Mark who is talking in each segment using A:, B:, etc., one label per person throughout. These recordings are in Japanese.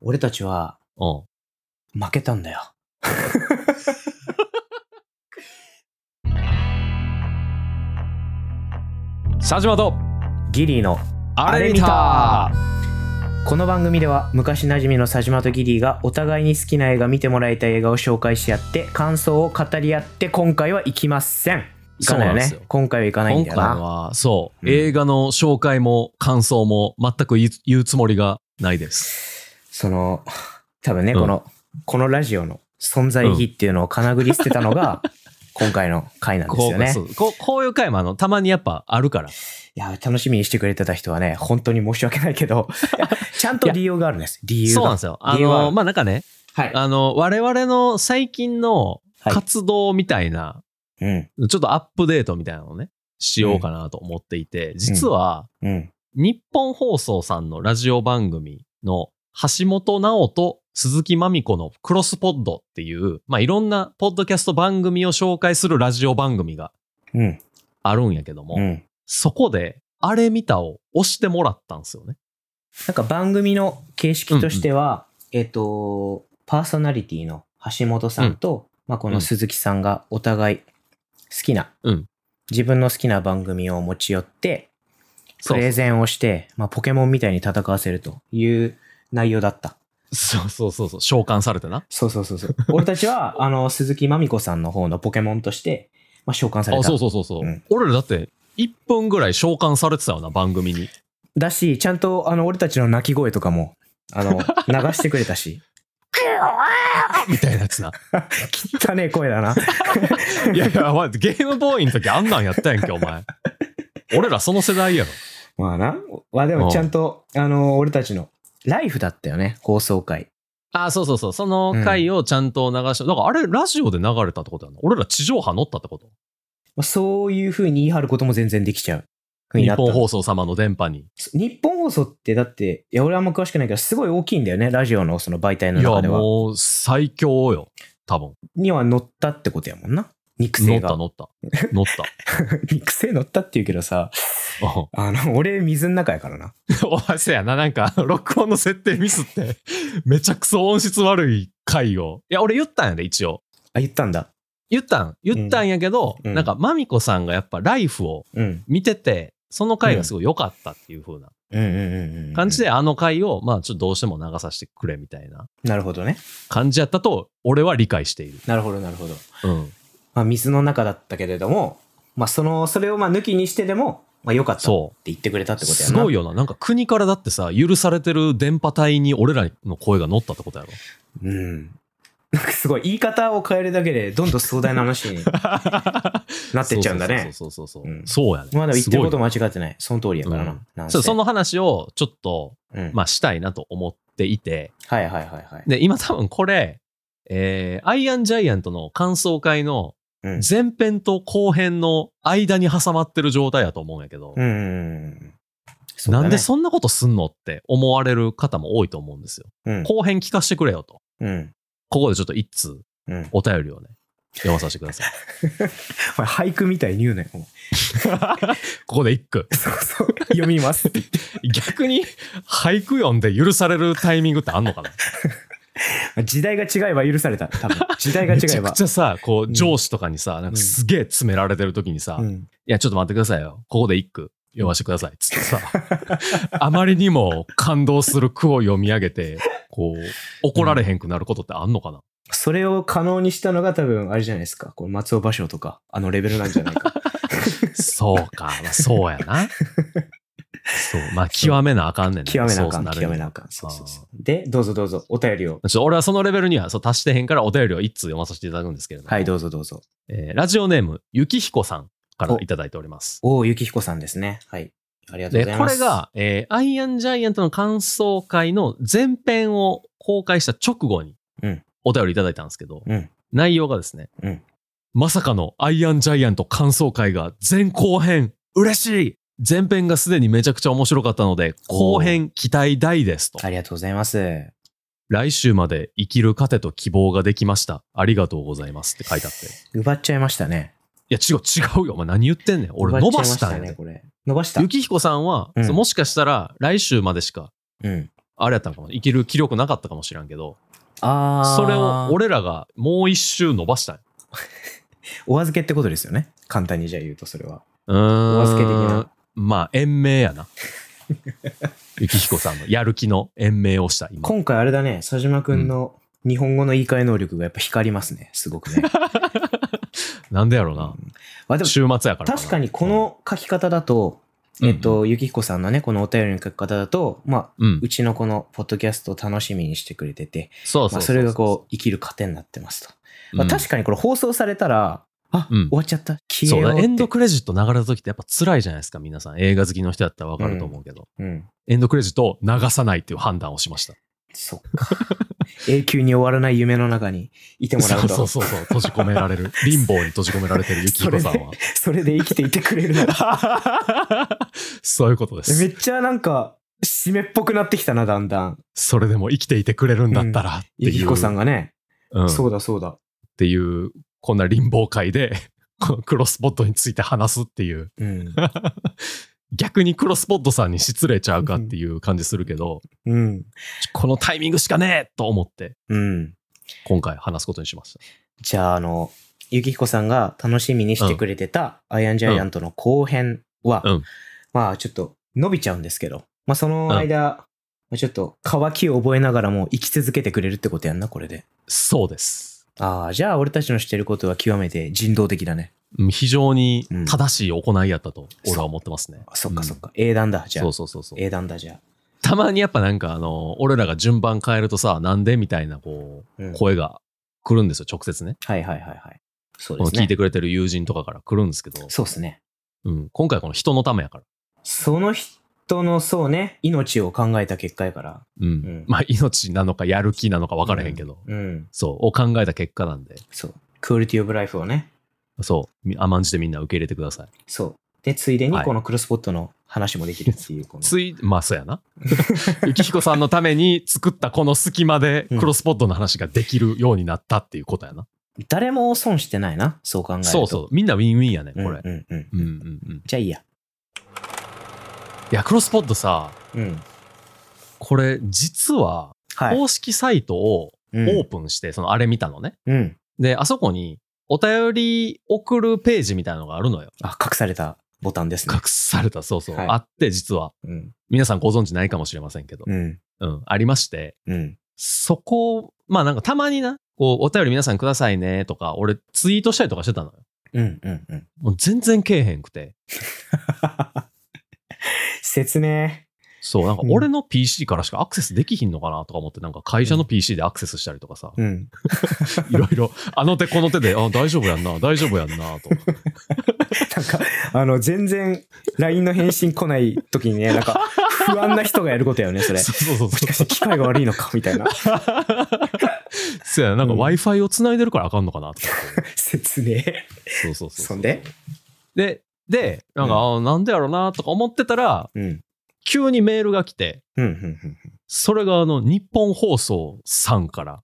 A: 俺たちは
B: うん。
A: 負けたんだよ。
B: 佐島と、
A: ギリーの
B: あ
A: れ見たこの番組では昔なじみの佐島とギリーがお互いに好きな映画見てもらいたい映画を紹介し合って感想を語り合って今回は行きません。行かないよ
B: そうなんです
A: ね
B: よ。
A: 今回は行かないんだ
B: 今回
A: よな。
B: は、そう、
A: うん
B: 映画の紹介も感想も全く言う言うつもりがないです。
A: その、多分ね、
B: うん
A: この、このラジオの存在意義っていうのをかなぐり捨てたのが、今回の回なんです
B: こ
A: よ
B: う
A: ね
B: そ。うこうこういう回もあのたまにやっぱあるから。
A: いや、楽しみにしてくれてた人はね、本当に申し訳ないけ ど、いやちゃんと理由があるんです。理由が。
B: そうなんですよ。あ
A: 理由はあ
B: の、
A: る
B: まあ、なんかね、
A: はい。
B: あの、我々の最近の
A: はい
B: 活動みたいな、
A: うん。
B: ちょっとアップデートみたいなのをね、しようかなと思っていて、実は、
A: うん。
B: 日本放送さんのラジオ番組の橋本直と鈴木まみ子のクロスポッドっていう、まあ、いろんなポッドキャスト番組を紹介するラジオ番組が
A: うん。
B: あるんやけども、
A: うん。
B: そこで、あれ見たを押してもらったんですよね。
A: なんか番組の形式としては、えっ、と、パーソナリティの橋本さんと、まあ、この鈴木さんがお互い好きな、
B: うん
A: 自分の好きな番組を持ち寄って、プ
B: そう
A: レゼンをして、まあ、ポケモンみたいに戦わせるという内容だった。
B: そうそうそうそう、召喚されてな。
A: そうそうそうそう。 俺たちは、あの、鈴木まみこさんの方のポケモンとして、まあ、召喚され
B: あ、
A: た
B: そう。そうそうそう。
A: うん
B: 俺らだって、1分ぐらい召喚されてたよな、番組に。
A: だし、ちゃんと、あの、俺たちの泣き声とかも、あ の、流してくれた し、
B: みたいなやつな。
A: 汚ねえ声だな。
B: いやいや、お前、ゲームボーイの時あんなんやったやんけ、お前。俺らその世代やろ。
A: まあな。まあでもちゃんと、あの、俺たちの、ライフだったよね、放送回。
B: あ、そうそうそう。その回をちゃんと流して、だからあれ、ラジオで流れたってことやな。俺ら地上波乗ったってこと。
A: まあそういう風に言い張ることも全然できちゃう風に
B: 日
A: なった。
B: 本放送様の電波に。
A: 日本放送ってだって、いや、俺あんま詳しくないけど、すごい大きいんだよね、ラジオのその媒体の
B: いや、
A: 中では。
B: もう、最強よ。多分。
A: には乗ったってことやもんな。肉
B: 乗
A: 声
B: った
A: が。
B: 乗った。 乗った。
A: 肉声乗ったって言うけどさ、
B: うん
A: あの、俺水の中やからな。
B: お前せやな、なんか、録音の設定ミスって、めちゃくそ音質悪い回を。いや、俺言ったんやで、一応。
A: あ、言ったんだ。
B: 言ったん、言ったんやけど、
A: うん
B: なんか、まみこさんがやっぱ、ライフを
A: うん。
B: 見てて、その回がすごい良かったっていう風な
A: うんうんうんうん。
B: 感じ。で、あの回を、まあ、ちょっとどうしても流させてくれみたいな
A: なるほどね。
B: 感じやったと、俺は理解している。
A: なるほど、なるほど。
B: うん。
A: まあ、水の中だったけれども、まあ、その、それをまあ抜きにしてでも、まあ、良かったって
B: そ
A: 言ってくれたっ
B: う。
A: てことやな。
B: すごいよな。なんか、国からだってさ、許されてる電波帯に俺らの声が乗ったってことやろ。
A: うん。なんかすごい、言い方を変えるだけで、どんどん壮大な話にな ってっちゃうんだね。
B: そうそうそうそうそうう。
A: ん
B: そうやね。
A: まあでも言ってること
B: も
A: 間違ってない。その通りやからな。
B: うん
A: なんせ
B: そうその話をちょっと、
A: うん
B: まあ、したいなと思っていて、
A: はいはいはいはい。
B: で、今多分これ、えー、アイアンジャイアントの感想会の
A: うん
B: 前編と後編の間に挟まってる状態やと思うんやけど、
A: うんうんうん。そうだ
B: な
A: ね
B: んでそんなことすんのって思われる方も多いと思うんですよ。
A: うん
B: 後編聞かせてくれよと。
A: うん。
B: ここでちょっと一通
A: うん。
B: お便りをね、読まさせてください。
A: お前俳句みたいに言うなよ。
B: ここで一句。
A: そう そう。読みます。
B: 逆に俳句読んで許されるタイミングってあんのかな
A: 時代が違えば許された。多分。時代が違
B: めち
A: え
B: ゃく
A: ば
B: ち。ゃさ、
A: う
B: こう、
A: ん
B: 上司とかにさ、なんかすげえ詰められてる時にさ、
A: う
B: い
A: ん。
B: や、ちょっと待ってくださいよ。ここで一句読ませてください。つって さ、あまりにも感動する句を読み上げて、こう、怒られへんくなることってあんの かな、
A: それを可能にしたのが多分、あれじゃないですか。この松尾芭蕉とか、あのレベルなんじゃないか。
B: そうか、まあ、そうやな。そう、まあ、極めなあかんねん
A: 極めなあ
B: そ
A: か、
B: うんるに
A: 極めなあかん。そうそうそう。で、どうぞどうぞ、お便りを。
B: ちょっと俺はそのレベルにはそう足してへんからお便りを一通読まさせていただくんですけれども、
A: はい、どうぞどうぞ。
B: えーラジオネーム、ゆきひこさんから
A: お
B: いただいております。
A: おお、ゆきひこさんですね。はい。ありがとうご
B: で、
A: ざい
B: こ
A: ます。
B: れが、えーアイアンジャイアントの感想会の前編を公開した直後に
A: うん、
B: お便りいただいたんですけど、
A: うん
B: 内容がですね、
A: うん
B: まさかのアイアンジャイアント感想会が前後編、嬉しい前編がすでにめちゃくちゃ面白かったので、後編期待大ですと。
A: ありがとうございます。
B: 来週まで生きる糧と希望ができました。ありがとうございますって書いてあって。い
A: 奪っちゃいましたね。
B: や、違う、違うよ。お前何言ってんねん。俺
A: 奪
B: 伸
A: っちゃい
B: ば
A: ま
B: したんや
A: ね、
B: で。
A: これ。伸ばした
B: ゆ。きひこさんは、
A: うん
B: そうもしかしたら来週までしか
A: うん。
B: あれやったのかも生きる気力なかったかもしらんけど
A: ああ
B: それを俺らがもう一周伸ばしたんよ
A: お預けってことですよね簡単にじゃあ言うとそれは
B: うーん
A: お預け的な
B: まあ延命や な幸彦さんのやる気の延命をした今
A: 今回あれだね佐島くんの日本語の言い換え能力がやっぱ光りますねすご くね、
B: なんでやろう
A: うん
B: な、
A: まあでも
B: 週末やからな
A: 確かにこの書き方だと、
B: うん
A: えっと、ゆきひこさんのね、このお便りの書き方だと、まあ、
B: うん
A: うちのこのポッドキャストを楽しみにしてくれてて、
B: そう
A: ま
B: そ
A: あ、
B: う
A: それがこう、生きる糧になってますと。
B: うん
A: まあ、確かにこれ放送されたら、あ、
B: うん
A: 終わっちゃった。消
B: そ
A: え
B: う
A: よう
B: だ
A: って
B: エンドクレジット流れた時ってやっぱ辛いじゃないですか皆さん映画好きの人だったらわかると思うけど、
A: うん。
B: エンドクレジットを流さないっていう判断をしました
A: そっか。 永久に終わらない夢の中にいてもらうと。
B: そうそうそうそう閉じ込められる貧乏に閉じ込められてるゆきひこさんは
A: それで生きていてくれるなら
B: そういうことで
A: め
B: す
A: っちゃなんか、締めっぽくなってきたな、だんだん。
B: それでも生きていてくれるんだったらって
A: ゆ
B: いう、
A: きひこさんがね、
B: うん
A: そうだそうだ。
B: っていうこんな貧乏会でこのクロスポットについて話すっていう
A: うん。
B: 逆にクロスポットさんに失礼ちゃうかっていう感じするけど、
A: うん。
B: このタイミングしかねえと思って
A: うん。
B: 今回話すことにしました
A: じゃあ、あの、ゆきひこさんが楽しみにしてくれてた、アイアンジャイアントの後編は、
B: うん
A: まあ、ちょっと伸びちゃうんですけど、まあ、その間、まあちょっと、渇きを覚えながらも生き続けてくれるってことやんな、これで。
B: そうです
A: ああ、じゃあ、俺たちのしてることは極めて人道的だね。
B: うん非常に正しい行いやったと俺は思ってますね、
A: あそっ
B: う
A: か
B: ん
A: そっか。英断だ、じゃあ。
B: そうそうそうそう
A: 英断だ、じゃあ。
B: たまにやっぱなんかあの俺らが順番変えるとさなんでみたいなこ
A: うん
B: う声が来るんですよ直接ね
A: はいはいはいはい。そう
B: こ
A: で
B: の
A: す
B: 聞
A: ね。
B: いてくれてる友人とかから来るんですけど、
A: そうですね。
B: うん、今回この人のためやから、
A: その人の、そうね、命を考えた結果やから。
B: うん
A: ん
B: まあ命なのかやる気なのか分からへんけど、
A: うん、
B: そうを考えた結果なんで
A: そう。クオリティオブライフをね、
B: そうみ甘んじてみんな受け入れてください
A: そう。で、ついでに
B: はい
A: このクロスポットの話もできるっていう、この。
B: ついまあそうやなゆきひこさんのために作ったこの隙間で
A: うん
B: クロスポットの話ができるようになったっていうことやな、
A: 誰も損してないな、そう考えると。
B: そうそうみんなウィンウィンやねこ
A: う
B: れ、
A: んうんうん。
B: うんうんうん、い
A: じゃあいいや。
B: やクロスポットさ
A: うん。
B: これ実は
A: はい。
B: 公式サイトを
A: う
B: オー
A: ん。
B: プンして、そのあれ見たのね
A: うん。
B: であそこにお便り送るページみたいなのがあるのよ
A: あ、隠されたボタンですね
B: 隠。されたそうそう、
A: はい
B: あって実は
A: うん。
B: 皆さんご存知ないかもしれませんけど、
A: うん。
B: うんありまして
A: うん。
B: そこまあなんかたまになこうお便り皆さんくださいねとか俺ツイートしたりとかしてたのよ
A: うん。うん。うん。
B: もう全然けえへんくて
A: 説明。
B: そうなんか
A: うん
B: 俺の PC からしかアクセスできひんのかなとか思ってなんか会社の PC でアクセスしたりとかさ、
A: うん。
B: いろいろ、あの手この手で、あ、大丈夫やんな、大丈夫やんな、と。
A: なんか、あの、全然、LINE の返信来ない時 にね、なんか、不安な人がやることやよね、それ。も
B: そうそ
A: し
B: うそう
A: かして
B: そう。
A: 機械が悪いのかみたいな。
B: そうやな、なんか
A: うん
B: Wi-Fi を繋いでるからあかんのかな、とか。
A: 説明。
B: そうそうそう。
A: そんで
B: で、で、なんか、あなんでやろうな、とか思ってたら、
A: うん。
B: 急にメールが来て、
A: うん、うん、うん。
B: それがあの、日本放送さんから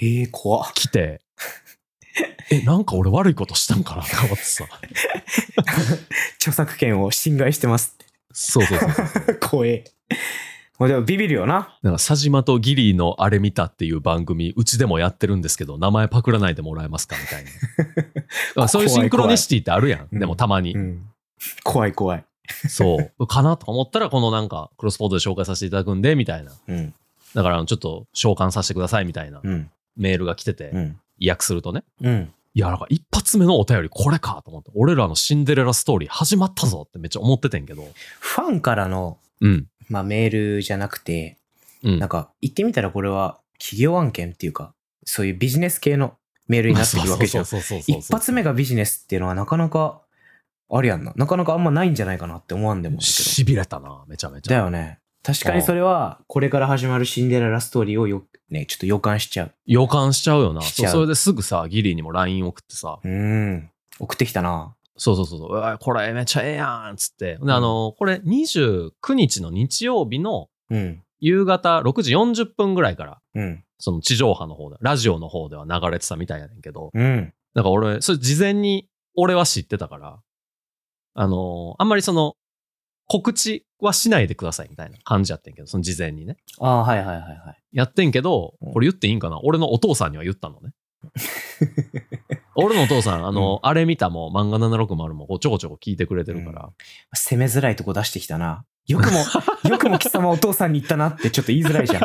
A: ええー、怖っ
B: 来て、え、なんか俺悪いことしたんかな、 とか思ってさ。
A: 著作権を侵害してますっ
B: そうそうそうそう。
A: て。怖え。まあでもビビるよな。
B: なんか、佐島とギリーのあれ見たっていう番組、うちでもやってるんですけど、名前パクらないでもらえますかみたい な。あそういうシンクロニシティってあるやん。
A: 怖い
B: でもたまに。
A: うん。怖い怖い。
B: そう。かなと思ったら、このなんか、クロスポートで紹介させていただくんで、みたいな。
A: うん。
B: だから、ちょっと召喚させてください、みたいな
A: うん。
B: メールが来てて、
A: うん。
B: 意訳するとね。
A: うん。
B: いや、なんか一発目のお便り、これかと思って、俺らのシンデレラストーリー始まったぞってめっちゃ思っててんけど。
A: ファンからの、
B: うん。
A: まあ、メールじゃなくて、
B: うん
A: なん。か、言ってみたらこれは企業案件っていうか、そういうビジネス系のメールになってるわけじゃん。
B: そうそうそうそうそう
A: 一発目がビジネスっていうのはなかなか、あれやんな。なかなかあんまないんじゃないかなって思わんでもないけ
B: 痺れたな、めちゃめち
A: ど。だ
B: ゃ。
A: よね。確かにそれは、これから始まるシンデレラストーリーをよ、ね、ちょっと予感しちゃう。
B: 予感しちゃうよな。
A: し
B: そ
A: ち
B: う
A: ゃう
B: それですぐさ、ギリーにも LINE 送ってさ、
A: うーん。送ってきたな。
B: そうそうそうそう、うわこれめっちゃええやんっつって。
A: ん
B: で、あの、これ29日の日曜日の
A: うん。
B: 夕方6時40分ぐらいから、
A: うん。
B: その地上波の方で、ラジオの方では流れてたみたいやねんけど、
A: うん。
B: だから俺、それ事前に俺は知ってたから、あの、あんまりその、告知はしないでくださいみたいな感じやってんけど、その事前にね。
A: ああ、はいはいはいはい。
B: やってんけど、これ言っていいんかな俺のお父さんには言ったの ね。俺のお父さん、あの、あれ見たも漫画760もこうちょこちょこ聞いてくれてるから、
A: 攻めづらいとこ出してきたな。よ くも、よくも貴様お父さんに言ったなってちょっと言いづら いじゃん。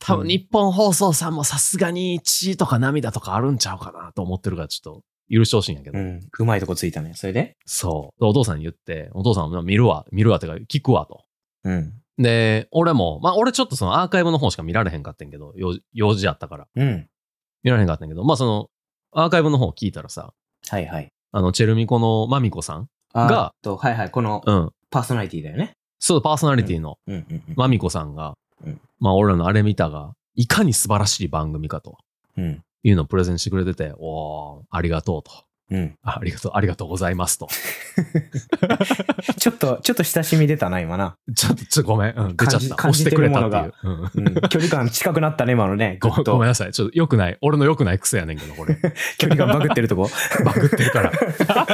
B: 多
A: う
B: 分
A: ん
B: 日本放送さんもさすがに血とか涙とかあるんちゃうかなと思ってるから、ちょっと許してほしいんやけど、
A: うん。うまいとこついたね。それで
B: そう。お父さんに言って、お父さんも見るわ、見るわってか聞くわと。
A: うん。
B: で、俺も、まあ俺ちょっとそのアーカイブの方しか見られへんかったんけど、用用事あったから。
A: うん。
B: 見られへんかったんけど、まあその、アーカイブの方聞いたらさ、
A: はいはい。
B: あの、チェルミコのマミコさん
A: あー
B: が
A: っと、はいはい。この
B: うん。
A: パーソナリティだよね。
B: そう、パーソナリティの
A: うんうんうん。
B: マミコさんが、
A: うん
B: まあ俺らのあれ見たが、いかに素晴らしい番組かと
A: うん。
B: いうのをプレゼンしてくれてて、おー、ありがとうと。
A: うん。
B: あありがとう、ありがとうございますと。
A: ちょっと、ちょっと親しみ出たな、今な。
B: ちょっと、ちょっとごめん。うん、出
A: 感
B: ちゃっ
A: じ
B: た。
A: 感
B: 押し
A: じ
B: て
A: て
B: くれ
A: る
B: た
A: も
B: っ
A: の
B: てい
A: が
B: う。うん
A: うん、距離感近くなったね、今のね。ぐ
B: ご
A: っ
B: ごめん
A: と。
B: なさい。ちょっと良くない。俺の良くない癖やねんけど、これ。
A: 距離感バグってる とこ。
B: バグってる から。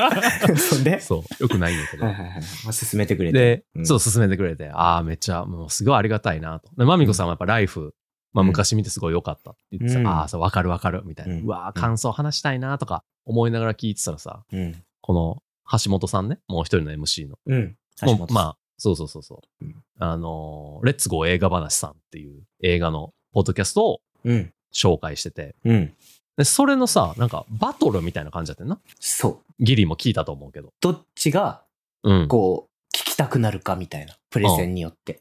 A: そんで
B: そう、良くないんだけど
A: はい。はいはい。まあ進めてくれて。
B: で、
A: うん
B: そう、進めてくれて、ああ、めっちゃ、もうすごいありがたいなと。で、マミコさんはやっぱライフ、まあ
A: うん
B: 昔見てすごい良かったって言ってさ、
A: うん
B: ああ、そう、わかるわかる、みたいな。
A: うん
B: うわー感想話したいなとか思いながら聞いてたらさ、
A: うん。
B: この橋本さんね、もう一人の MC の。
A: うん。
B: もうま
A: あ。
B: あ、そうそうそうそう。
A: うん
B: あのーレッツゴー映画話さんっていう映画のポッドキャストを
A: うん。
B: 紹介してて、
A: うん。
B: で、それのさ、なんかバトルみたいな感じだったよな。
A: そう。
B: ギリも聞いたと思うけど。
A: どっちが、
B: うん。
A: こう、聞きたくなるかみたいな。プレゼンによって。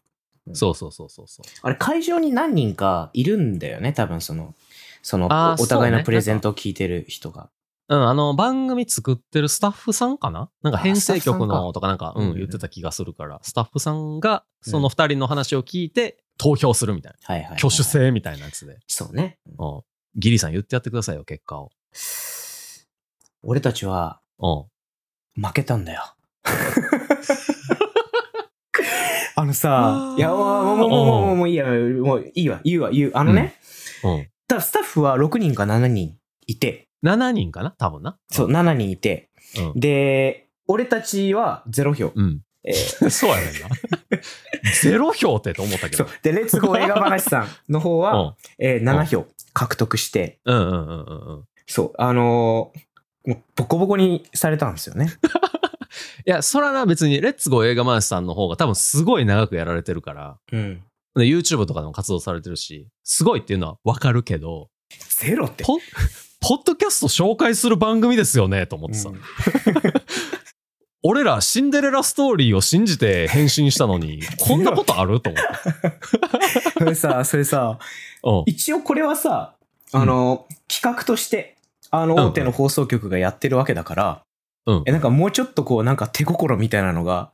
B: そうそうそうそうそう。
A: あれ、会場に何人かいるんだよね、多分その、その
B: あー、
A: おお互い
B: そう
A: の
B: ね
A: プレゼントを聞いてる人が。
B: うん、あの、番組作ってるスタッフさんかななんか
A: あ
B: 編成局
A: スタッフさん
B: の
A: か
B: とかなんか、
A: う
B: うん
A: うん
B: ん、言ってた気がするから、スタッフさんが、その二人の話を聞いて、投票するみたいな。
A: はいはいはいはい。
B: 挙手。制みたいなやつで。
A: そうね。
B: うん。ギリさん言ってやってくださいよ、結果を。
A: 俺たちは、
B: う
A: 負けたんだよ。あのさ
B: あ、ー
A: いや、もう、もう、もう、もうもう、もういいや、もういいわ、言うわ、言う。あのね、
B: ん。うん。
A: 多分スタッフは6人か7人いて、
B: 7人かな多分な。
A: そう、7人いて、
B: う
A: で、俺たちは0票。
B: うん。
A: えー
B: そう やねんな。ゼロ票ってと思ったけ
A: そ
B: ど
A: う。。で、レッツゴー映画話さんの方
B: う
A: は、
B: ん。
A: えー7票獲得して、
B: うんうんうんうんうん。
A: そう、あのーもうボコボコにされたんですよね。
B: いや、そらな、別に、レッツゴー映画マンスさんの方が多分すごい長くやられてるから、
A: うん。
B: で YouTube とかでも活動されてるし、すごいっていうのはわかるけど、
A: ゼロって。
B: ポポッドキャスト紹介する番組ですよねと思ってさ、
A: うん
B: 俺らシンデレラストーリーを信じて返信したの にこんなことあると思って
A: それさ、 それさ、
B: うん
A: 一応これはさ、あの、企画として、あの、
B: うん
A: 大手の放送局がやってるわけだから、
B: うん
A: え、なんかもうちょっとこう、なんか手心みたいなの が、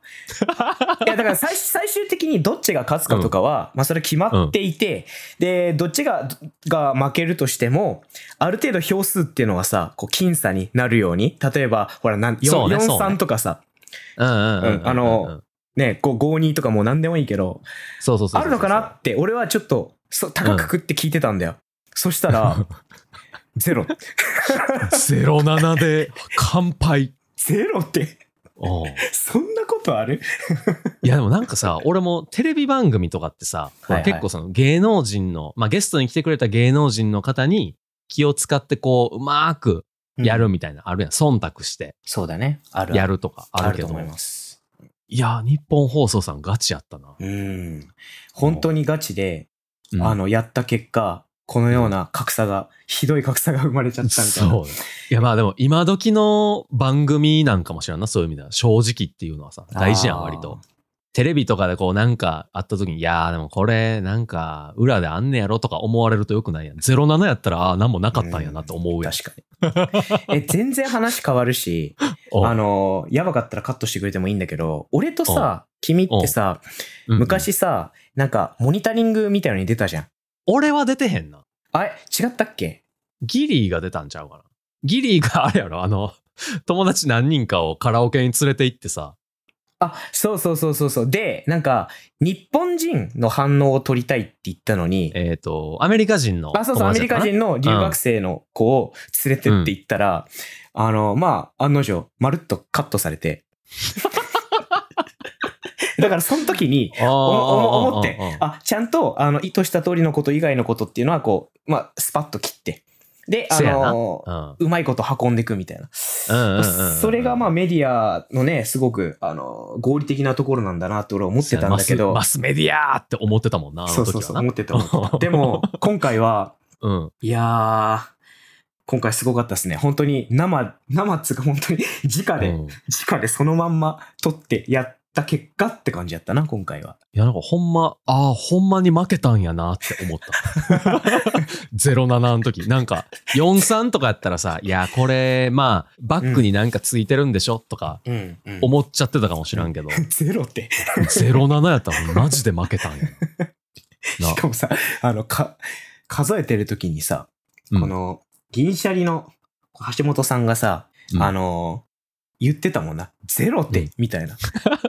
A: いや、だから最最終的にどっちが勝つかとかは、まあそれ決まっていて、で、どっちが、が負けるとしても、ある程度票数っていうのはさ、こう、僅差になるように、例えば、ほら、なん
B: そう
A: 4、
B: ねそうね
A: 3とかさ、
B: うんうんうんうん
A: うんあのね、こう、5、2とかもう何でもいいけど、
B: そうそうそうそう
A: あるのかな って、俺はちょっと、そう高くくって聞いてたんだよ。そした ら、ゼロ。
B: 07で乾杯
A: ゼロって、
B: うん
A: そんなことある
B: いやでもなんかさ俺もテレビ番組とかってさ、
A: はいはい
B: 結構その芸能人の、まあ、ゲストに来てくれた芸能人の方に気を使ってこううまーくやるみたいな、あるやん忖度して
A: そうだね。ある。
B: やるとかあ
A: あ
B: る
A: る
B: け
A: と
B: ど
A: 思います。
B: いやー日本放送さんガチやったな、
A: うん。本当にガチで、
B: うん
A: あの、やった結果、このような格差が、ひどい格差が生まれちゃったみたいな。
B: そうね。いやまあでも今時の番組なんかもしれんな、そういう意味では。正直っていうのはさ、大事やん、
A: あー
B: 割と。テレビとかでこうなんかあった時に、いやーでもこれなんか裏であんねやろとか思われるとよくないやん。07やったら、ああー、なんもなかったんやなって思うやん。
A: 確かに。え、 全然話変わるし、
B: お
A: あの、やばかったらカットしてくれてもいいんだけど、俺とさ、君ってさ、
B: うん
A: 昔さ、なんか、モニタリングみたいのに出たじゃん。
B: 俺は出てへんな。
A: あれ違ったっけ
B: ギリーが出たんちゃうかな。ギリーがあれやろ、あの、友達何人かをカラオケに連れて行ってさ、
A: あ、そうそうそうそうそう。で、なんか、日本人の反応を取りたいって言ったのに、
B: えっ、と、アメリカ人の友
A: あ、
B: 達
A: そうそう、アメリカ
B: やったかな
A: 人の留学生の子を連れてって行ったら、あの、まあ、案の定、まるっとカットされて。 だからその時に、
B: あー
A: おも思って
B: あー、あー
A: あ、ちゃんと、あの、意図した通りのこと以外のことっていうのは、こう、まあ、スパッと切って。で、あ
B: せやな
A: の、
B: あー
A: うまいこと運んでいくみたいな。
B: うんうんうんうん
A: それが、まあ、メディアのね、すごく、あの、合理的なところなんだなって俺は思ってたんだけど
B: マ。スマスメディアーって思ってたもんな、あの時
A: そ
B: は
A: う
B: な。
A: そうそう、思ってた思 ってた。でも、今回は、
B: うん。
A: いやー、今回すごかったですね。本当に生、生っつうか本当に直で、
B: うん
A: 直でそのまんま撮ってやった結果って感じやったな、今回は。
B: いや、なんかほんま、ああ、ほんまに負けたんやなって思った。07の時。なんか、43とかやったらさ、いや、これ、まあ、バックになんかついてるんでしょとか
A: うん、うん
B: 思っちゃってたかもしらんけど、
A: ゼロって。
B: 07やったらマジで負けたんやな。
A: しかもさ、あの、か、数えてる時にさ、
B: うん
A: この、銀シャリの橋本さんがさ、
B: うん
A: あの、言ってたもんな。ゼロって、
B: うん
A: みたい な。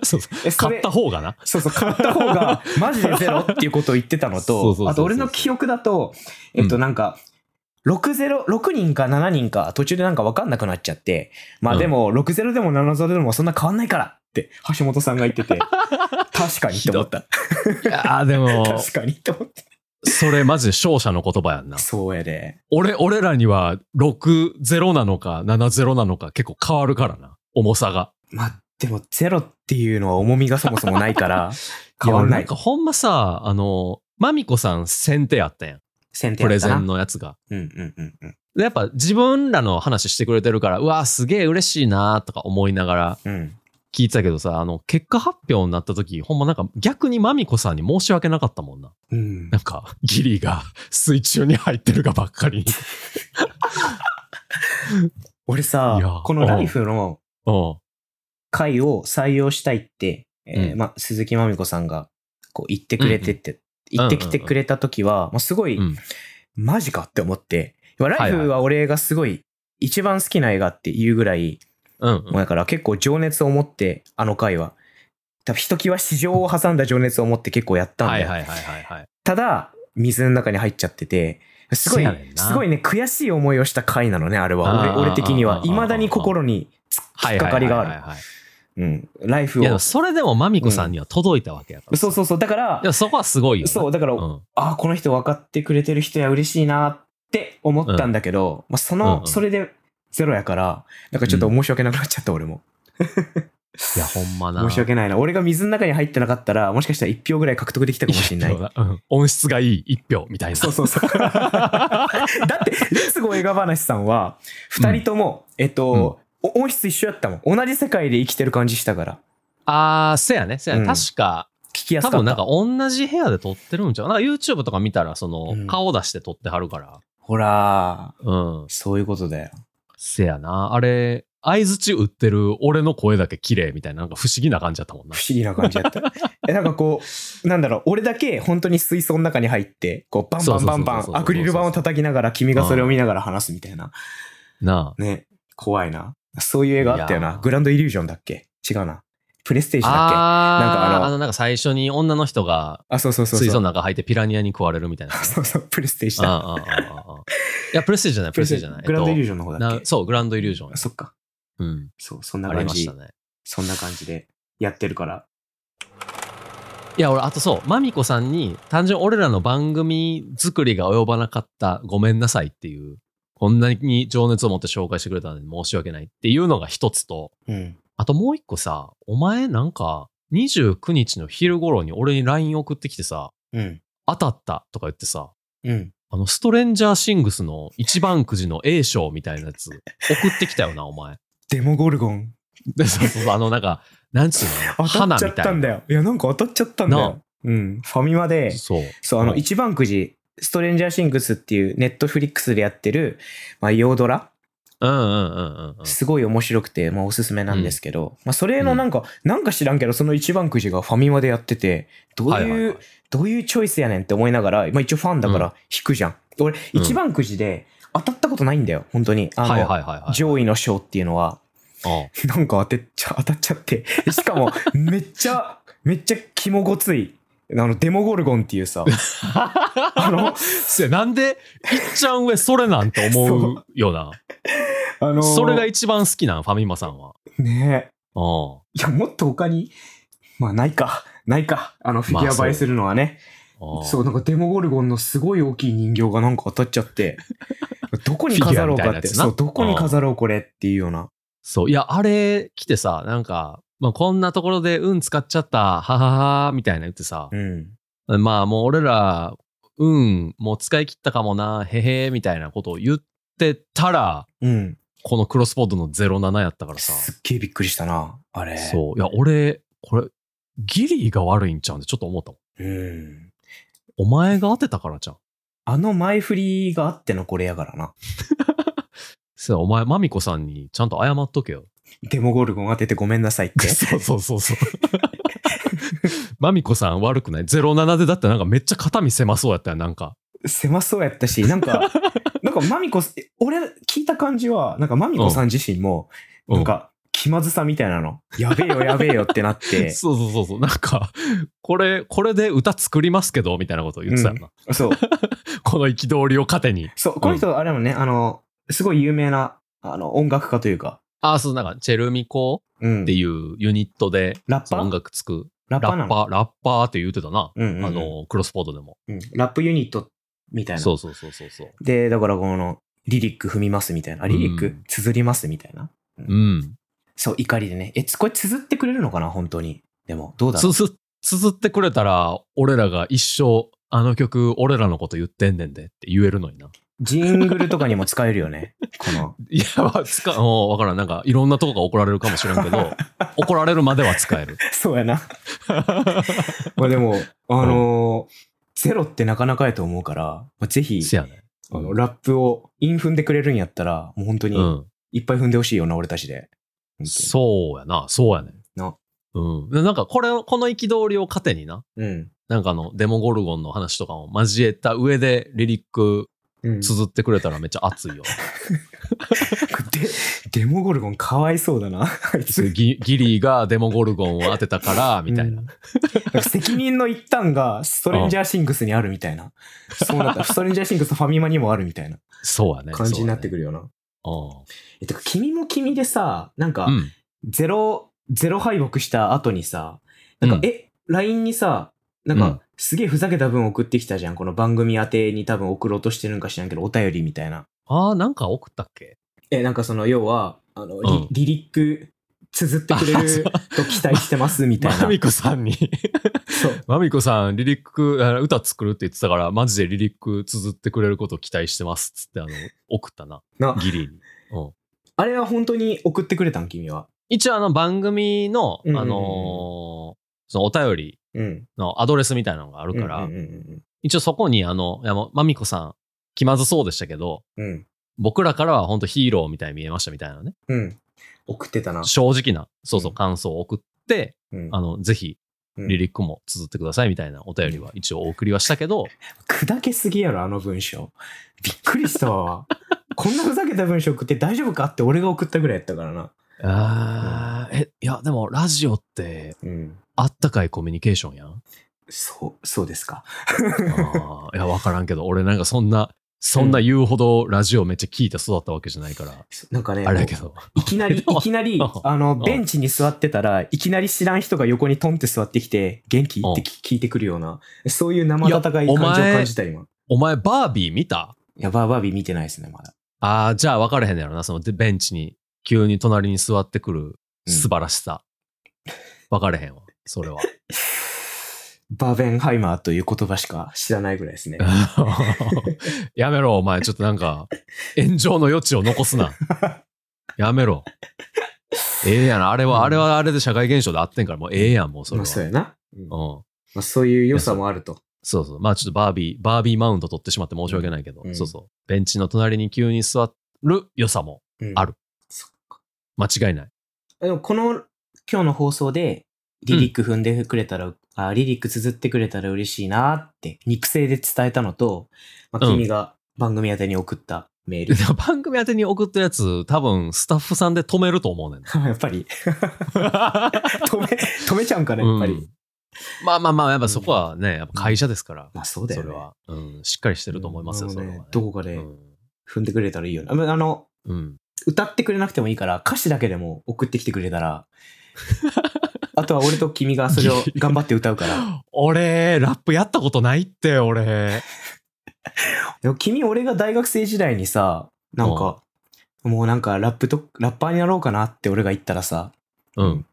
B: そうそう
A: え、そ
B: 買
A: れ
B: った方 がな。
A: そうそう、買った方 が、マジでゼロっていうことを言ってたの
B: そうそうそうそ
A: と
B: う、
A: あと俺の記憶だと、えっと、
B: うん
A: なんか、60、6人か7人か、途中でなんか分かんなくなっちゃって、まあでも、60でも70でもそんな変わんないからって、橋本さんが言って て、確かにって思った。
B: いやーでも、
A: 確かにって思っ
B: それマジで勝者の言葉やんな
A: た。。そうやで。
B: 俺、俺らには60なのか70なのか結構変わるからな。重さが。
A: まあ、でも、ゼロっていうのは重みがそもそもないから、変わん
B: い
A: な
B: やなん
A: い
B: か。ほんまさ、あの、マミコさん先手やったやん。
A: 先手
B: プ
A: や
B: レ
A: った
B: ゼ
A: な
B: ン。のやつが。
A: うんうんうんうん。
B: でやっぱ自分らの話してくれてるから、うわ、すげえ嬉しいなとか思いながら
A: うん。
B: 聞いてたけどさ、あの、結果発表になった時、ほんまなんか逆にマミコさんに申し訳なかったもんな。
A: うん
B: な。んか、ギリが水中に入ってるがばっ かりに。
A: 俺
B: いや
A: さ、このライフの、
B: うん。
A: 会を採用したいって、えー
B: うん
A: まあ、鈴木まみこさんがこう言ってくれてって、
B: うんうん
A: 言ってきてくれた時は、まあ、すごい、
B: うん
A: マジかって思っていやライ
B: はい
A: フ
B: は
A: は俺がすごい一番好きな映画っていうぐらい、
B: うん、
A: もうだから結構情熱を持ってあの回は多分ひときわ市場を挟んだ情熱を持って結構やったん
B: は
A: だ
B: い
A: よ、
B: はいはいはいはい。
A: ただ水の中に入っちゃっててすご
B: せ
A: い
B: やねんな
A: すごいね悔しい思いをした回なのねあれは
B: あー
A: 俺俺的に
B: あー
A: は
B: あー
A: いまだに心に突っ
B: はい
A: か
B: は
A: か
B: い
A: りが
B: はい
A: あ
B: は
A: る、
B: いはい。
A: うん、ライフ
B: いや、で
A: を
B: もそれでもマミコさんには届いたわけやから。
A: そうそうそうだから
B: でもそこはすごいよな。
A: そうだから、
B: うん。
A: ああこの人分かってくれてる人や嬉しいなって思ったんだけど、まあ、その、
B: うんうん
A: それでゼロやからなんかちょっと申し訳なくなっちゃった、俺も
B: いや、ほんまな。
A: 申し訳ないな俺が水の中に入ってなかったらもしかしたら1票ぐらい獲得できたかもしれ ない
B: 一票だうん音質がいい一票みたいな。
A: そうそう そうだってレッツゴー映画話さんは2人とも、えっと、お音質一緒やったもん同じ世界で生きてる感じしたから
B: あー、せやね。せやね。
A: うん
B: 確か、
A: 聞きやす
B: 多
A: かった
B: 分なんか同じ部屋で撮ってるんちゃうなんか YouTube とか見たら、その、
A: うん
B: 顔出して撮ってはるから。
A: ほらー
B: うん。
A: そういうことだよ
B: せやな。あれ、相槌打ってる俺の声だけ綺麗みたいな、なんか不思議な感じだったもんな
A: 不。思議な感じ だった。え、なんかこう、なんだろう、俺だけ本当に水槽の中に入って、こう、バンバンバン
B: そうそうそう
A: バ
B: そう
A: ン、アクリル板を叩きながら、君がそれを見ながら話すみたいな。
B: なあ。
A: ね、怖いな。そういう映画あったよ
B: いや
A: な
B: ー。
A: グランドイリュージョンだっけ違うな。プレイステージだっけあなんか
B: あ
A: あ
B: ー、
A: の
B: あの、なんか最初に女の人が
A: そうそうそう
B: 水
A: そ
B: 槽
A: う。
B: の中入ってピラニアに食われるみたいな。
A: そうそう、プレイステージだ。
B: ああああああいや、プレステじゃない、プレステじゃない。
A: グランドイリュー
B: ジ
A: ジョンの方だっけ
B: そう、グランドイリュージョン
A: あ。そっか。
B: うん。
A: そう、そんな
B: あり
A: 感
B: まし
A: じ
B: た。ね。
A: そんな感じでやってるから。
B: いや、俺、あとそう、マミコさんに、単純に俺らの番組作りが及ばなかった、ごめんなさいっていう、こんなに情熱を持って紹介してくれたのに申し訳ないっていうのが一つと、
A: うん。
B: あともう一個さ、お前なんか、29日の昼頃に俺に LINE 送ってきてさ、
A: うん。
B: 当たったとか言ってさ、
A: うん。
B: あの、ストレンジャーシングスの一番くじの A 賞みたいなやつ、送ってきたよな、お前。
A: デモゴルゴン。
B: で、そうそうそう、あの、なんか、なんつうの
A: 当た
B: 花
A: っちゃ
B: み
A: った
B: たい
A: ん
B: な。
A: だよ。いや、なんか当たっちゃったんだ
B: な
A: よ。うん。ファミマで、
B: そう。
A: そう、あ
B: う
A: の、
B: ん
A: 一番くじ、ストレンジャーシングスっていうネットフリックスでやってる、まあ、洋ドラ、
B: うんうんうんうんうん。
A: すごい面白くて、まあ、おすすめなんですけど、まあ、それのなんか、なんか知らんけど、その一番くじがファミマでやってて、どういう、
B: はいはいはい
A: どういうチョイスやねんって思いながら、まあ、一応ファンだから引くじゃん。俺、
B: うん
A: 一番くじで当たったことないんだよ、本当に。あの、
B: はいはいはいはい。
A: 上位の賞っていうのは、
B: うん
A: なんか当てっちゃ、当たっちゃって。 しかも、めっちゃ、めっちゃキモごつい。あの、デモゴルゴンっていう さ、あの、
B: せやなんで、いっちゃん上それなんて思うよな。
A: あのー
B: それが一番好きなん、ファミマさんは。
A: ね
B: う
A: えいや、もっと他に、まあ、ないか。ないか。あの、フィギュア映えするのはね。
B: ああ
A: そう、なんかデモゴルゴンのすごい大きい人形がなんか当たっちゃ って、どこに飾ろうかって、
B: フィギュアみたいなやつな
A: そう、どこに飾ろうこれっていうような。
B: そう。いや、あれ来てさ、なんか、まあ、こんなところで運使っちゃった、はははみたいな言ってさ
A: う、ん。
B: まあもう俺ら、運もう使い切ったかもな、へへみたいなことを言ってたら、
A: うん。
B: このクロスボードの07やったからさ、
A: すっげえびっくりしたな、あれ。
B: そう。いや、俺、これ、ギリが悪いんちゃうんってちょっと思ったもん。
A: う。うん。
B: お前が当てたからじゃん。
A: あの前振りがあってのこれやからな。
B: そうお前、マミコさんにちゃんと謝っと けよ。
A: デモゴルゴン当ててごめんなさいって。
B: そうそうそうそう。マミコさん悪くない ?07 でだってなんかめっちゃ肩身狭そうやったよ、なんか。
A: 狭そうやったし、なん か、なんかマミコ、俺聞いた感じは、なんかマミコさん自身も、
B: うん
A: なんか気まずさみたいなの、やべえ よやべえよってなって、
B: そうそうそうそう。なんか、これ、これで歌作りますけど、みたいなこと言ってたよな。
A: そう、
B: この憤りを糧に。
A: そう、この人、あれもね、あの、すごい有名な、あの、音楽家というか、
B: ああ、そう、なんか、チェルミコ
A: うん
B: っていうユニットで、
A: ラッ
B: そ
A: パ
B: の音
A: ー
B: 楽作る。
A: ラッパ
B: ラ
A: ーなの
B: ッパー、ラッパーって言ってたな。
A: うんうんうん
B: あの、クロスポードでも。
A: うんラップユニットみたいな。
B: そうそうそうそうそう。
A: で、だからこの、リリック踏みますみたいな。あリリッ
B: う
A: ク
B: ん
A: 綴りますみたいな。
B: うん。
A: そう、怒りでね。え、つこれ綴ってくれるのかな本当に。でも、どうだろ
B: つ
A: う。
B: づ、つづってくれたら、俺らが一生、あの曲、俺らのこと言ってんねんでって言えるのにな。
A: ジングルとかにも使えるよね。この。
B: いや、まあ使 う、もうわからん。なんか、いろんなとこが怒られるかもしれんけ ど、怒られるまでは使える。
A: そうや な。まあでも、あのーゼロってなかなかやと思うから、まあぜひ、
B: せやね。
A: あのラップをイン踏んでくれるんやったら、もう 本当
B: う
A: に
B: ん。
A: いっぱい踏んでほしいよな、俺たちで。本
B: そうやな、そうやね。
A: な
B: うん。でなんか、これを、この憤りを糧にな、
A: 当に
B: なんかあの、デモゴルゴンの話とかを交えた上で、リリック
A: うん。うん、
B: 綴ってくれたらめっちゃ 熱いよ。
A: デデモゴルゴンかわいそうだな、 あいつ。
B: ギギリーがデモゴルゴンを当てたから、みたいな。
A: うんなんか責任の一端がストレンジャーシングスにあるみたいな。そうなった。ストレンジャーシングスとファミマにもあるみたいな
B: そうや ね。
A: 感じになってく
B: る。
A: るよな。
B: う
A: え、てか、君も君でさ、なんか、
B: ん。うん
A: ゼロ、ゼロ敗北した後にさ、なんか、
B: うん
A: え、LINE にさ、なん
B: うん
A: か、すげえふざけた分送ってきたじゃん。この番組宛てに多分送ろうとしてるんか知らんけど、お便りみたいな。
B: ああ、なんか送ったっけ
A: え、なんかその、要は、あの、
B: うん
A: リリリック、綴ってくれ
B: あそ
A: る
B: う
A: と期待してます、みた いな
B: マ。ミコさんに、
A: そう。
B: マミコさん、リリック、あ歌作るって言ってたから、マジでリリック綴ってくれることを期待してます。つって、あの、送ったな。
A: な
B: ギリーに。うん。
A: あれは本当に送ってくれたん、君は。
B: 一応あの番組の、
A: うんうんうん
B: あのーそのお便り
A: うん。
B: のアドレスみたいなのがあるから、
A: うんうんうん
B: 一応そこにあの、いやまみこさん気まずそうでしたけど、
A: うん。うん。
B: 僕らからは本当ヒーローみたいに見えましたみたいなね、
A: うん。送ってたな。
B: 正直な、そうそう
A: うん
B: 感想を送って、
A: うん
B: あの、ぜひ
A: うん
B: リリックも綴ってくださいみたいなお便りは一応お送りはしたけど、
A: 砕けすぎやろ、あの文章。びっくりしたわ。 こんなふざけた文章送って大丈夫かって俺が送ったぐらいやったからな。
B: あーえ、いやでもラジオって
A: うん。
B: あったかいコミュニケーションやん。
A: そう、そうですか。
B: あーいや、わからんけど、俺なんかそんな、そんな言うほどラジオめっちゃ聞いて育ったわけじゃないから。
A: そうなんかね、
B: あれやけど。
A: いき なり、いきなり
B: うん、
A: あの、
B: ん
A: ベンチに座ってたら、いきなり知らん人が横にトンって座ってきて、元気
B: うん
A: ってき聞いてくるような、そういう生温かい感
B: いやお
A: 情を
B: 前
A: 感じた、今。
B: お前、バービー見た
A: いや、バーバービー見てないですね、まだ。
B: ああ、じゃあ分かれへんのやろな。そのでベンチに急に隣に座ってくる素晴らしさ。分かれへんわ。それは。
A: バーベンハイマーという言葉しか知らないぐらいですね。
B: やめろ、お前。ちょっとなんか、炎上の余地を残す な。やめろ。ええやな。あれは、
A: うん
B: あれはあれで社会現象であってんから、もうええやん、もうそれ
A: ま
B: は。
A: あ、そう
B: うん
A: やな。うんまあ、そういう良さもあると。
B: そうそう。まあちょっとバービー、バービーマウント取ってしまって申し訳ないけど、
A: うん
B: そうそう。ベンチの隣に急に座る良さも
A: うん
B: ある
A: そっか。
B: 間違いない。
A: でもこの今日の放送でリリック踏んでくれたら、あリリック綴ってくれたら嬉しいなって肉声で伝えたのと、まあ、
B: うん
A: 君が番組宛てに送ったメー
B: で
A: ル、
B: も番組宛てに送ったやつ、多分スタッフさんで止めると思 うねんな。
A: やっぱり止 め止めちゃうんかねやっぱり、
B: うんまあまあまあ、やっぱそこはね、やっぱ会社ですから、
A: まあそうだよ
B: そ
A: ね
B: れは、うん、しっかりしてると思いますよ、
A: うん
B: それは、
A: あのねどこか
B: う
A: で
B: ん
A: 踏んでくれたらいいよね、ああの
B: うん。
A: 歌ってくれなくてもいいから歌詞だけでも送ってきてくれたらあとは俺と君がそれを頑張って歌うから。
B: 俺、ラップやったことないって、俺。
A: でも君、俺が大学生時代にさ、なんか、もうなんかラップと、ラッパーになろうかなって俺が言ったらさ、
B: うん。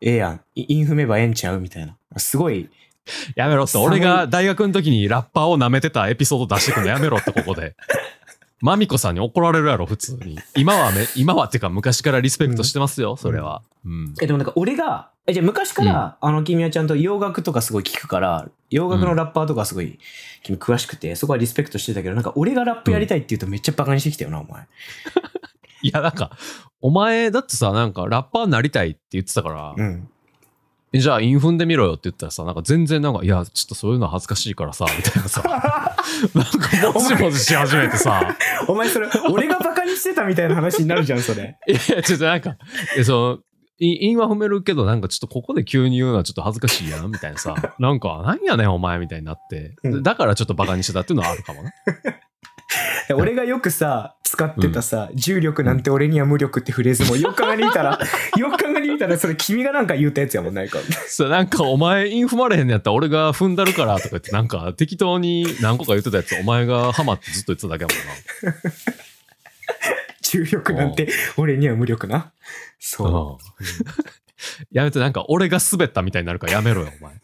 A: ええやん。イイン踏めばええんちゃうみたいな。すごい、
B: やめろって、
A: 寒い
B: 俺が大学の時にラッパーを舐めてたエピソード出してくのやめろって、ここ で。マミコさんに怒られるやろ、普通に。今はめ、今はっていうか昔からリスペクトしてますよ、それは。うん。
A: え、でもなんか俺が、え、じゃあ昔から、あの君はちゃんと洋楽とかすごい聞くから、洋楽のラッパーとかすごい君詳しくて、そこはリスペクトしてたけど、なんか俺がラップやりたいって言うとめっちゃバカにしてきたよな、お前。
B: いや、なんか、お前、だってさ、なんか、ラッパーになりたいって言ってたから、
A: うん。
B: えじゃあ、インフンでみろよって言ったらさ、なんか全然なんか、いや、ちょっとそういうの恥ずかしいからさ、みたい なさ、なんか、もじもじし始めてさ、
A: お前それ、俺がバカにしてたみたいな話になるじゃん、それ。
B: いや、ちょっとなんか、えその、インは踏めるけど、なんかちょっとここで急に言うのはちょっと恥ずかしいやん、みたい なさ、なんか、なんやねん、お前、みたいになって、
A: うん
B: だからちょっとバカにしてたっていうのはあるかもな。
A: 俺がよくさ、使ってたさ、重力なんて俺には無力ってフレーズも、よく考えてみた ら、よく考えてみたら、それ君がなんか言うたやつやもんないか。
B: そうなんか、お前、イン踏まれへんのやったら俺が踏んだるから、とか言って、なんか、適当に何個か言ってたやつ、お前がハマってずっと言ってただけやもんな。
A: 重力なんて俺には無力な。そう。
B: うん、やめて、なんか俺が滑ったみたいになるからやめろよ、お前。
A: い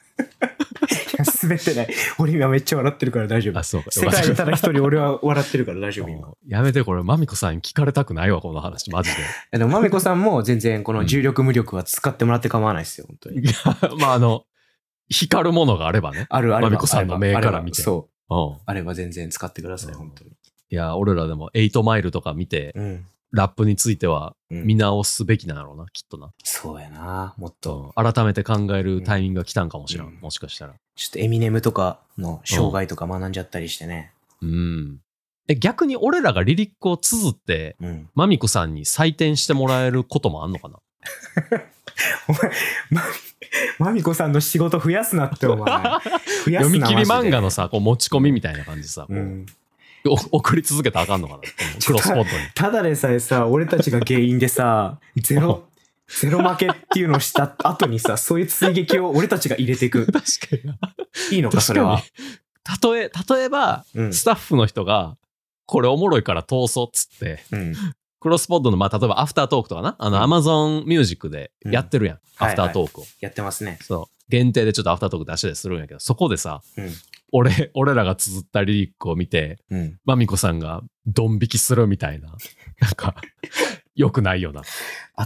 A: や滑ってない。俺今めっちゃ笑ってるから大丈夫
B: あ、。そうか。
A: 世界でただ一人俺は笑ってるから大丈夫今。
B: もうやめて、これ、マミコさんに聞かれたくないわ、この話、マジで。
A: でもまめこさんも全然この重力無力は使ってもらって構わないですよ、本当に。
B: いや、まあ、あの、光るものがあればね。
A: あるあれば。
B: まめこさんの目から見て
A: あればそう。
B: うん。
A: あれば全然使ってください、本当に。
B: いや、俺らでも、エイトマイルとか見て、
A: うん。
B: ラップについては
A: うん
B: 見直すべきなんだろうな、きっとな。
A: そうやな。もっと、
B: と、改めて考えるタイミングが来たんかもしれん、
A: うん
B: もしかしたら。
A: ちょっとエミネムとかの障害とか学んじゃったりしてね。
B: うん。え、逆に俺らがリリックを綴って、
A: うん。
B: マミコさんに採点してもらえることもあんのかな
A: まみこさんの仕事増やすなって、お前。 増やす
B: 読み
A: な
B: 切り漫画
A: の。
B: のさ、こう持ち込みみたいな感じさ、
A: う。
B: こうんお送り続けたらあかんのかな、このクロスポットに。
A: ただでさえさ、俺たちが原因でさ、ゼロ、ゼロ負けっていうのをした後に さ、そういう追撃を俺たちが入れていく。
B: 確かに。
A: いいのか、それは。
B: 例え、例えば、
A: うん
B: スタッフの人が、これおもろいから通そうっつって、
A: うん。
B: クロスポッドの、まあ、例えばアフタートークとかな、あの、アマゾンミュージックでやってるやん、
A: うん
B: アフタートークを。
A: やってますね。
B: そう。限定でちょっとアフタートーク出したりするんやけど、そこでさ、
A: うん
B: 俺、俺らが綴ったリリックを見て、
A: うん。
B: マミコさんがドン引きするみたいな、なんか、良くないよな。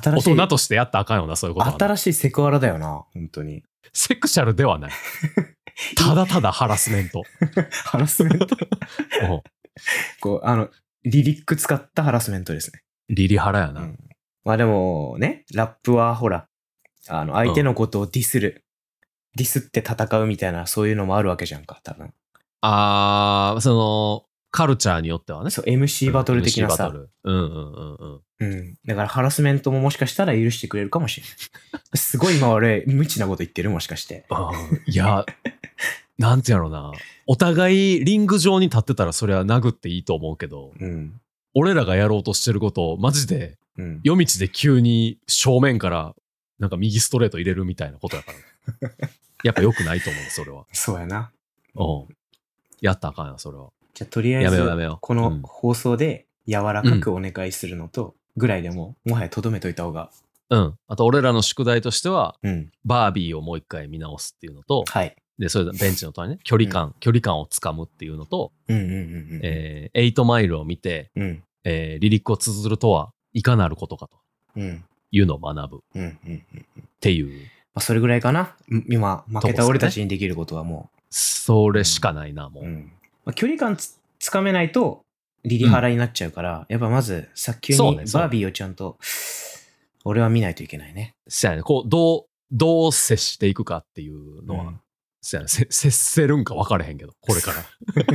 A: 新
B: 大
A: しい、
B: 人としてやったらあかんよな、そういうことはな。
A: 新しいセクハラだよな、本当に。
B: セクシャルではない。ただただハラスメント。
A: ハラスメント。
B: おう
A: こう、あの、リリック使ったハラスメントですね。
B: リリハラやな。
A: うんまあでもね、ラップはほら、あの、相手のことをディスる。ディスって戦うみたいな、そういうのもあるわけじゃんか、多分。
B: あー、その、カルチャーによってはね。
A: そう、MC バトル的な
B: MC バ
A: さ
B: ト。ルうんうんうんうん。
A: うん。だからハラスメントももしかしたら許してくれるかもしれない。 すごい今俺、無知なこと言ってるもしかして。
B: あーいや、 なんてやろうな。お互いリング上に立ってたらそれは殴っていいと思うけど、
A: うん。
B: 俺らがやろうとしてることをマジで
A: うん。
B: 夜道で急に正面からなんか右ストレート入れるみたいなことやから。 やっぱ良くないと思う、それは。
A: そうやな。
B: うん。やったらあかんよ、それは。
A: じゃあとりあえ
B: や
A: ず
B: めようやめよう。
A: こ
B: う
A: の
B: ん
A: 放送で柔らかくお願いするのとぐらいでも、もはやとどめといた方が。
B: うん。あと、俺らの宿題としては、
A: うん。
B: バービーをもう一回見直すっていうのと、
A: はい。
B: で、それベンチの隣ね、距離感、距離感をつかむっていうのと、
A: うんうんうんうん。
B: えー、8マイルを見て、
A: うん。
B: えー、リリックを綴るとは、いかなることかと
A: うん。
B: いうのを学ぶっ
A: うんうんうん。ま
B: ていう、
A: あ、それぐらいかな。うん今、負けた俺たちにできることはも
B: それしかないな、も
A: う。
B: う。
A: うん。まあ、距離感つつかめないと、リリハラになっちゃうから、やっぱまず、早急に
B: そ
A: バ
B: うねそう
A: ービーをちゃんと、俺は見ないといけないね。
B: せやね、こう、どう、どう接していくかっていうのは、
A: うん
B: せやね、せ接せるんか分からへんけど、こ れか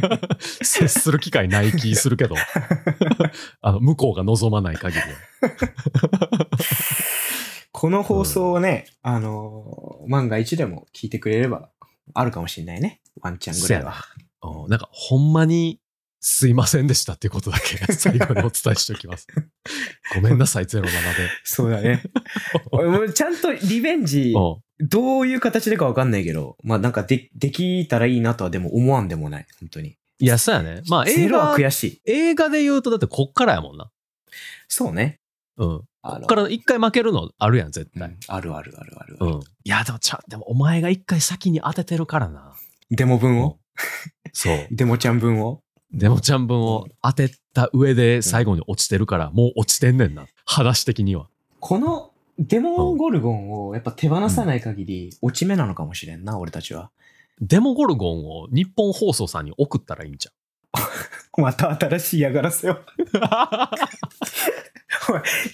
B: ら。接する機会ない気するけど、あの向こうが望まない限りは。
A: この放送をね、あのー万が一でも聞いてくれれば、あるかもしれないね。ワンチャンぐ らいは。
B: うんなんか、ほんまに、すいませんでしたっていうことだけ 最後にお伝えしておきます。ごめんなさい、07で。
A: そうだね。俺もちゃんとリベンジ
B: うん
A: どういう形でかわかんないけど、まあなんかで、できたらいいなとはでも思わんでもない、本当に。
B: いや、そうや ね。まあ映
A: ゼロ
B: 画
A: は、悔しい。
B: 映画で言うと、だってこっからやもんな。
A: そうね。
B: うん。
A: あ
B: こ
A: の
B: っから一回負けるのあるやん、絶
A: う
B: 対。
A: んあるあるあるあるあ
B: う
A: る。
B: ん。いや、でもちゃ、でもお前が一回先に当ててるからな。
A: デモ分を
B: そう。
A: デモちゃん分を
B: デモちゃん分を当てた上で最後に落ちてるから、もう落ちてんねんな。話的には。
A: このデモゴルゴンをやっぱ手放さない限り落ち目なのかもしれんな、俺たちは。
B: デモゴルゴンを日本放送さんに送ったらいいんじ
A: また新しい嫌がら せを。
B: ゃん。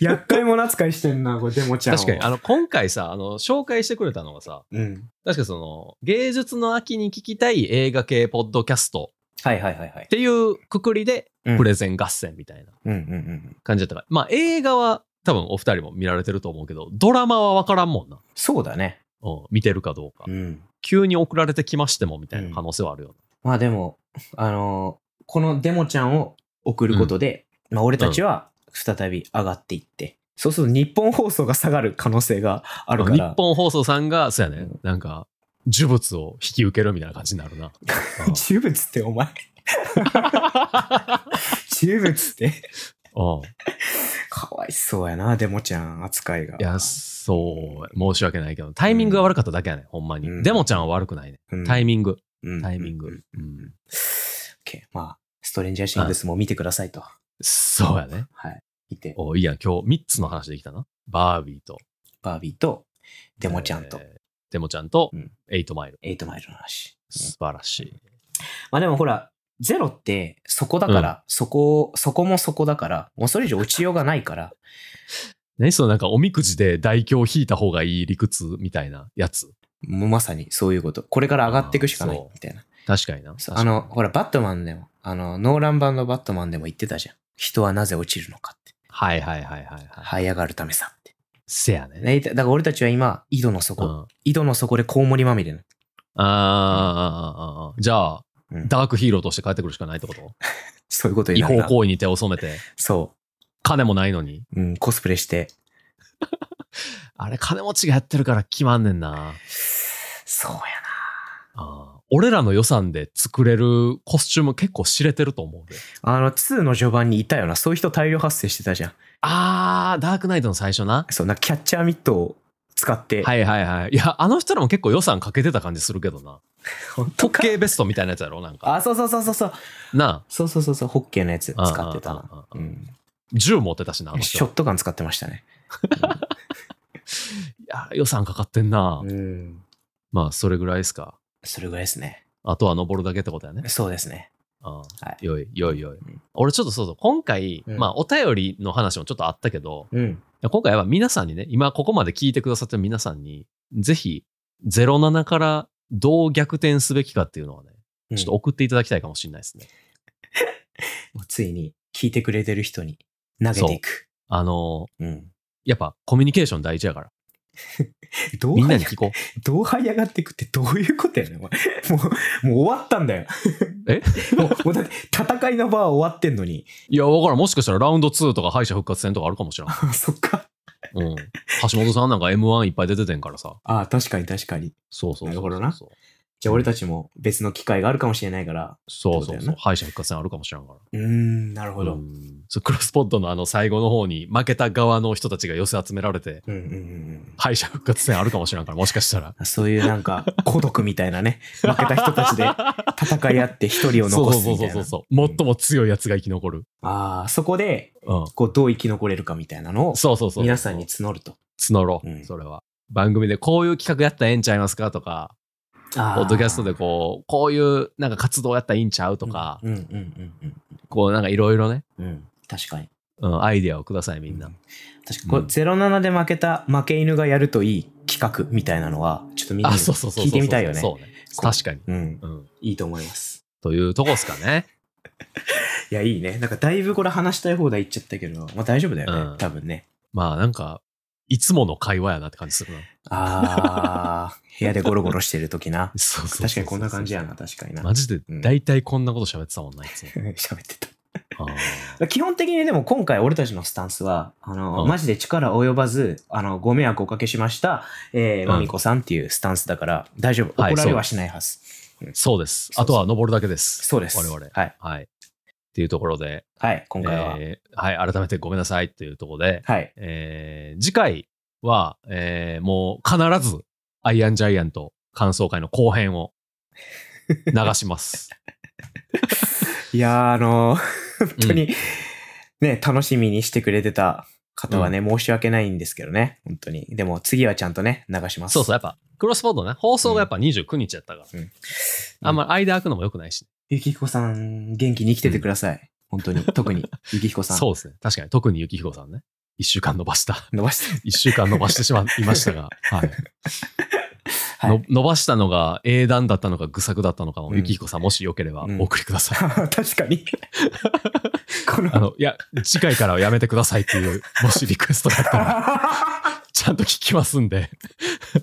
A: 厄介者扱いしてんな、これデモちゃんを。
B: 確かに、あの、今回さ、あの、紹介してくれたのがさ、
A: うん。
B: 確かその、芸術の秋に聞きたい映画系ポッドキャスト
A: はいはいはいはい
B: っ。ていうくくりで、
A: うん
B: プレゼン合戦みたいな
A: うんうんうん。
B: 感じだったから、まあ映画は多分お二人も見られてると思うけど、ドラマはわからんもんな。
A: そうだね。
B: うん、見てるかどうか。
A: うん。
B: 急に送られてきましてもみたいな可能性はあるよな。
A: まあでも、あのーこのデモちゃんを送ることで、まあ俺たちは再び上がっていって、そうすると日本放送が下がる可能性があるか
B: 日
A: ら、
B: 本放送さんが、そう
A: う
B: やね
A: ん、
B: なんか、呪物を引き受けるみたいな感じになるな。うん
A: 中物ってお前、中物って。
B: うん
A: かわいそうやな、デモちゃん扱いが。
B: いや、そう、申し訳ないけど、タイミングが悪かっただけやね、ほんま
A: う
B: に。
A: ん
B: デモちゃんは悪くないね。
A: うん、
B: タイミング、
A: うん
B: タイミング。
A: うん
B: うん、
A: OK まあ、ストレンジャーシングスも見てくださいと。
B: そうやね。
A: はい。見て、
B: おいいやん、今日3つの話できたな。バービーと、
A: バービーと、デモちゃんと
B: え、ーデモちゃんと
A: うん、
B: エイトマイル。
A: エイトマイルの話。
B: 素晴らしい。
A: まあでもほら、ゼロってそこだから、そこ、そこもそこだから、もうそれ以上落ちようがないから、
B: 何そのなんかおみくじで代表を引いた方がいい理屈みたいなやつ。
A: もうまさにそういうこと。これから上がっていくしかない
B: あーそう
A: みたいな。
B: 確かにな。
A: そうあの、ほら、バットマンでも、あの、ノーラン版のバットマンでも言ってたじゃん。人はなぜ落ちるのかって。
B: はいはいはいはい、はい。
A: 這い上がるためさって。
B: せやね。
A: ねだから俺たちは今、井戸の
B: うん、
A: 底、
B: あ
A: 井戸の底でコウモリまみれなの。
B: ーあーあーあーじゃあ、
A: うん
B: ダークヒーローとして帰ってくるしかないってこと
A: そういうことに
B: 違
A: なる
B: 法
A: な。
B: 行為に手を染めて、
A: そ
B: 金もないのに。
A: う。うん、コスプレして。
B: あれ、金持ちがやってるから決まんねんな。
A: そうや
B: あー俺らの予算で作れるコスチューム結構知れてると思うで。
A: な。あの、2の序盤にいたよな。そういう人大量発生してたじゃん。
B: あー、ダークナイトの最初な。
A: そう、なんかキャッチャーミットを使って。
B: はいはいはい。いや、あの人らも結構予算かけてた感じするけどな。
A: 本当
B: 特
A: か
B: 計ベストみたいなやつやろなんか。
A: あ、そうそうそうそうそう。
B: な
A: そうそうそうそう、ホッケーのやつ
B: あ。
A: 使ってた
B: うんうん
A: な。う
B: う
A: ん
B: うん
A: ん。
B: 銃持ってたしな、あの
A: ショ
B: 人
A: ッ。トガン使ってましたね。
B: いや、予算かかってんな。
A: うん。
B: まあ、それぐらいですか。
A: それぐらいですね。
B: あとは登るだけってことやね。
A: そうですね。
B: あ
A: は
B: 良い、良い、良い
A: うん。
B: 俺ちょっとそうそう、今回、
A: うん
B: まあ、お便りの話もちょっとあったけど、
A: うん。
B: 今回は皆さんにね、今ここまで聞いてくださってる皆さんに、ぜひ、07からどう逆転すべきかっていうのはね、ちょっと
A: うん
B: 送っていただきたいかもしれないですね。
A: もうついに聞いてくれてる人に投げていく。
B: あのー、
A: うん。
B: やっぱコミュニケーション大事やから、
A: どう
B: みんな
A: はい
B: に聞こ
A: どう這い上がっていくってどういうことやねん、お前もう、もう終わったんだよ。
B: え
A: もうもうだって戦いの場は終わってんのに。
B: う。いや、わからん。もしかしたらラウンド2とか敗者復活戦とかあるかもしれん。
A: あそっか。
B: うん。橋本さんなんか M1 いっぱい出ててんからさ。
A: ああ、確かに確かに。
B: そうそうそうそう。
A: なるほどな
B: そう
A: じゃあ俺たちも別の機会があるかもしれないから。
B: そう
A: ってこと
B: そ
A: や
B: う
A: な
B: そう。敗者復活戦あるかもしれんから。
A: うーん、なるほ
B: う
A: ど。
B: んそうクロスポッドのあの最後の方に負けた側の人たちが寄せ集められて、
A: うんうんうんうん。
B: 敗者復活戦あるかもしれんから、もしかしたら。
A: そういうなん か孤独みたいなね、負けた人たちで戦い合って一人を
B: そ
A: 残
B: う
A: す
B: そ
A: みた
B: うそう
A: い
B: そう
A: な。
B: そう。最も強いやつが生き残る。
A: ああ、そこで
B: うん。
A: こうどう生き残れるかみたいなのを
B: そうそうそう。
A: 皆さんに募ると。
B: 募ろ
A: うん
B: う。それは。番組でこういう企画やったらええんちゃいますかとか、
A: あ
B: ポッドキャスト
A: で
B: でこう、こういうなんか活動やったらいいんちゃうとか、
A: うんうんうんうん
B: こうなんかいろいろね、
A: うん。うん、確かに。
B: うん、アイデアをくださいみんな。
A: うん確かにこう、
B: うん
A: 07で負けた負け犬がやるといい企画みたいなのは、ちょっとみんなに
B: あ、そうそうそうそうそう。
A: 聞いてみたいよね。
B: そうね。確かに。
A: うん、
B: うん。
A: いいと思います。
B: というとこっすかね。
A: いや、いいね。なんかだいぶこれ話したい放題言っちゃったけど、まあ大丈夫だよね、
B: うん
A: 多分ね。
B: まあなんか、いつもの会話やなって感じするな。
A: あー、部屋でゴロゴロしてる時な。
B: そうそうそうそう
A: 確かに こんな感じやな、確かにな。
B: マジで大体こんなこと喋ってたもんな、いつも。
A: 喋ってた。
B: あ
A: 基本的にでも今回俺たちのスタンスは、あの、
B: うん
A: マジで力及ばず、あの、ご迷惑おかけしました、えー、
B: ん
A: まみこさんっていうスタンスだから、大丈夫。
B: はい
A: 怒られは
B: そ
A: しないはず。
B: そうです。
A: そうそう
B: あとは登るだけです。
A: そうです。
B: 我々。
A: はい。
B: はい。っていうところで、
A: はい、今回は。
B: えーはい、改めてごめんなさいっていうところで、
A: はい。
B: えー次回は、えーもう必ず、アイアンジャイアント感想会の後編を流します。
A: いやー、あのー 本当に、ね、楽しみにしてくれてた方はね、申し訳ないんですけどね、本当に。でも次はちゃんとね、流します。
B: そうそう、
A: う。
B: やっぱ、クロスポードね、放送がやっぱ29日やったから、
A: うんうん
B: あんまり間空くのも良くないし、
A: ゆきひこさん、元気に生きててください。本 当に。特に、ゆきひこさん。
B: そうですね。確かに、特にゆきひこさんね、1週間伸ばした。
A: 伸ばして。
B: 1週間伸ばしてしまいまし たが、は
A: は
B: い。
A: い
B: の伸ばしたのが英断だったのか愚策だったのか
A: う
B: も、
A: ん
B: ゆきひこさん、もしよければ
A: うん
B: お送りください。
A: 確か に。こ
B: あ
A: の。
B: の、いや、次回からはやめてくださいっていう、もしリクエストがあったら、ちゃんと聞きますんで。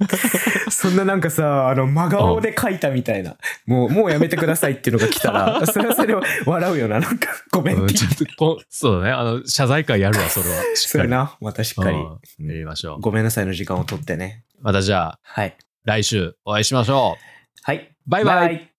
A: そんななんかさ、あの、真顔で書いたみたいな。もう、もうやめてくださいっていうのが来た ら、それはそれは笑うよな。なんか、ごめん
B: う
A: っ
B: ん
A: て
B: ち
A: 言
B: ょ
A: っ
B: っとこう、そうだね。あの、謝罪会やるわ、それは。
A: て。
B: しっ
A: そ
B: か
A: れ
B: り。
A: な、またしっかり。
B: うんやりましょう。
A: ごめんなさいの時間を取ってね。
B: またじゃあ、
A: はい。
B: 来週お会いしましょ
A: はい。
B: う。バイバイ。
A: イ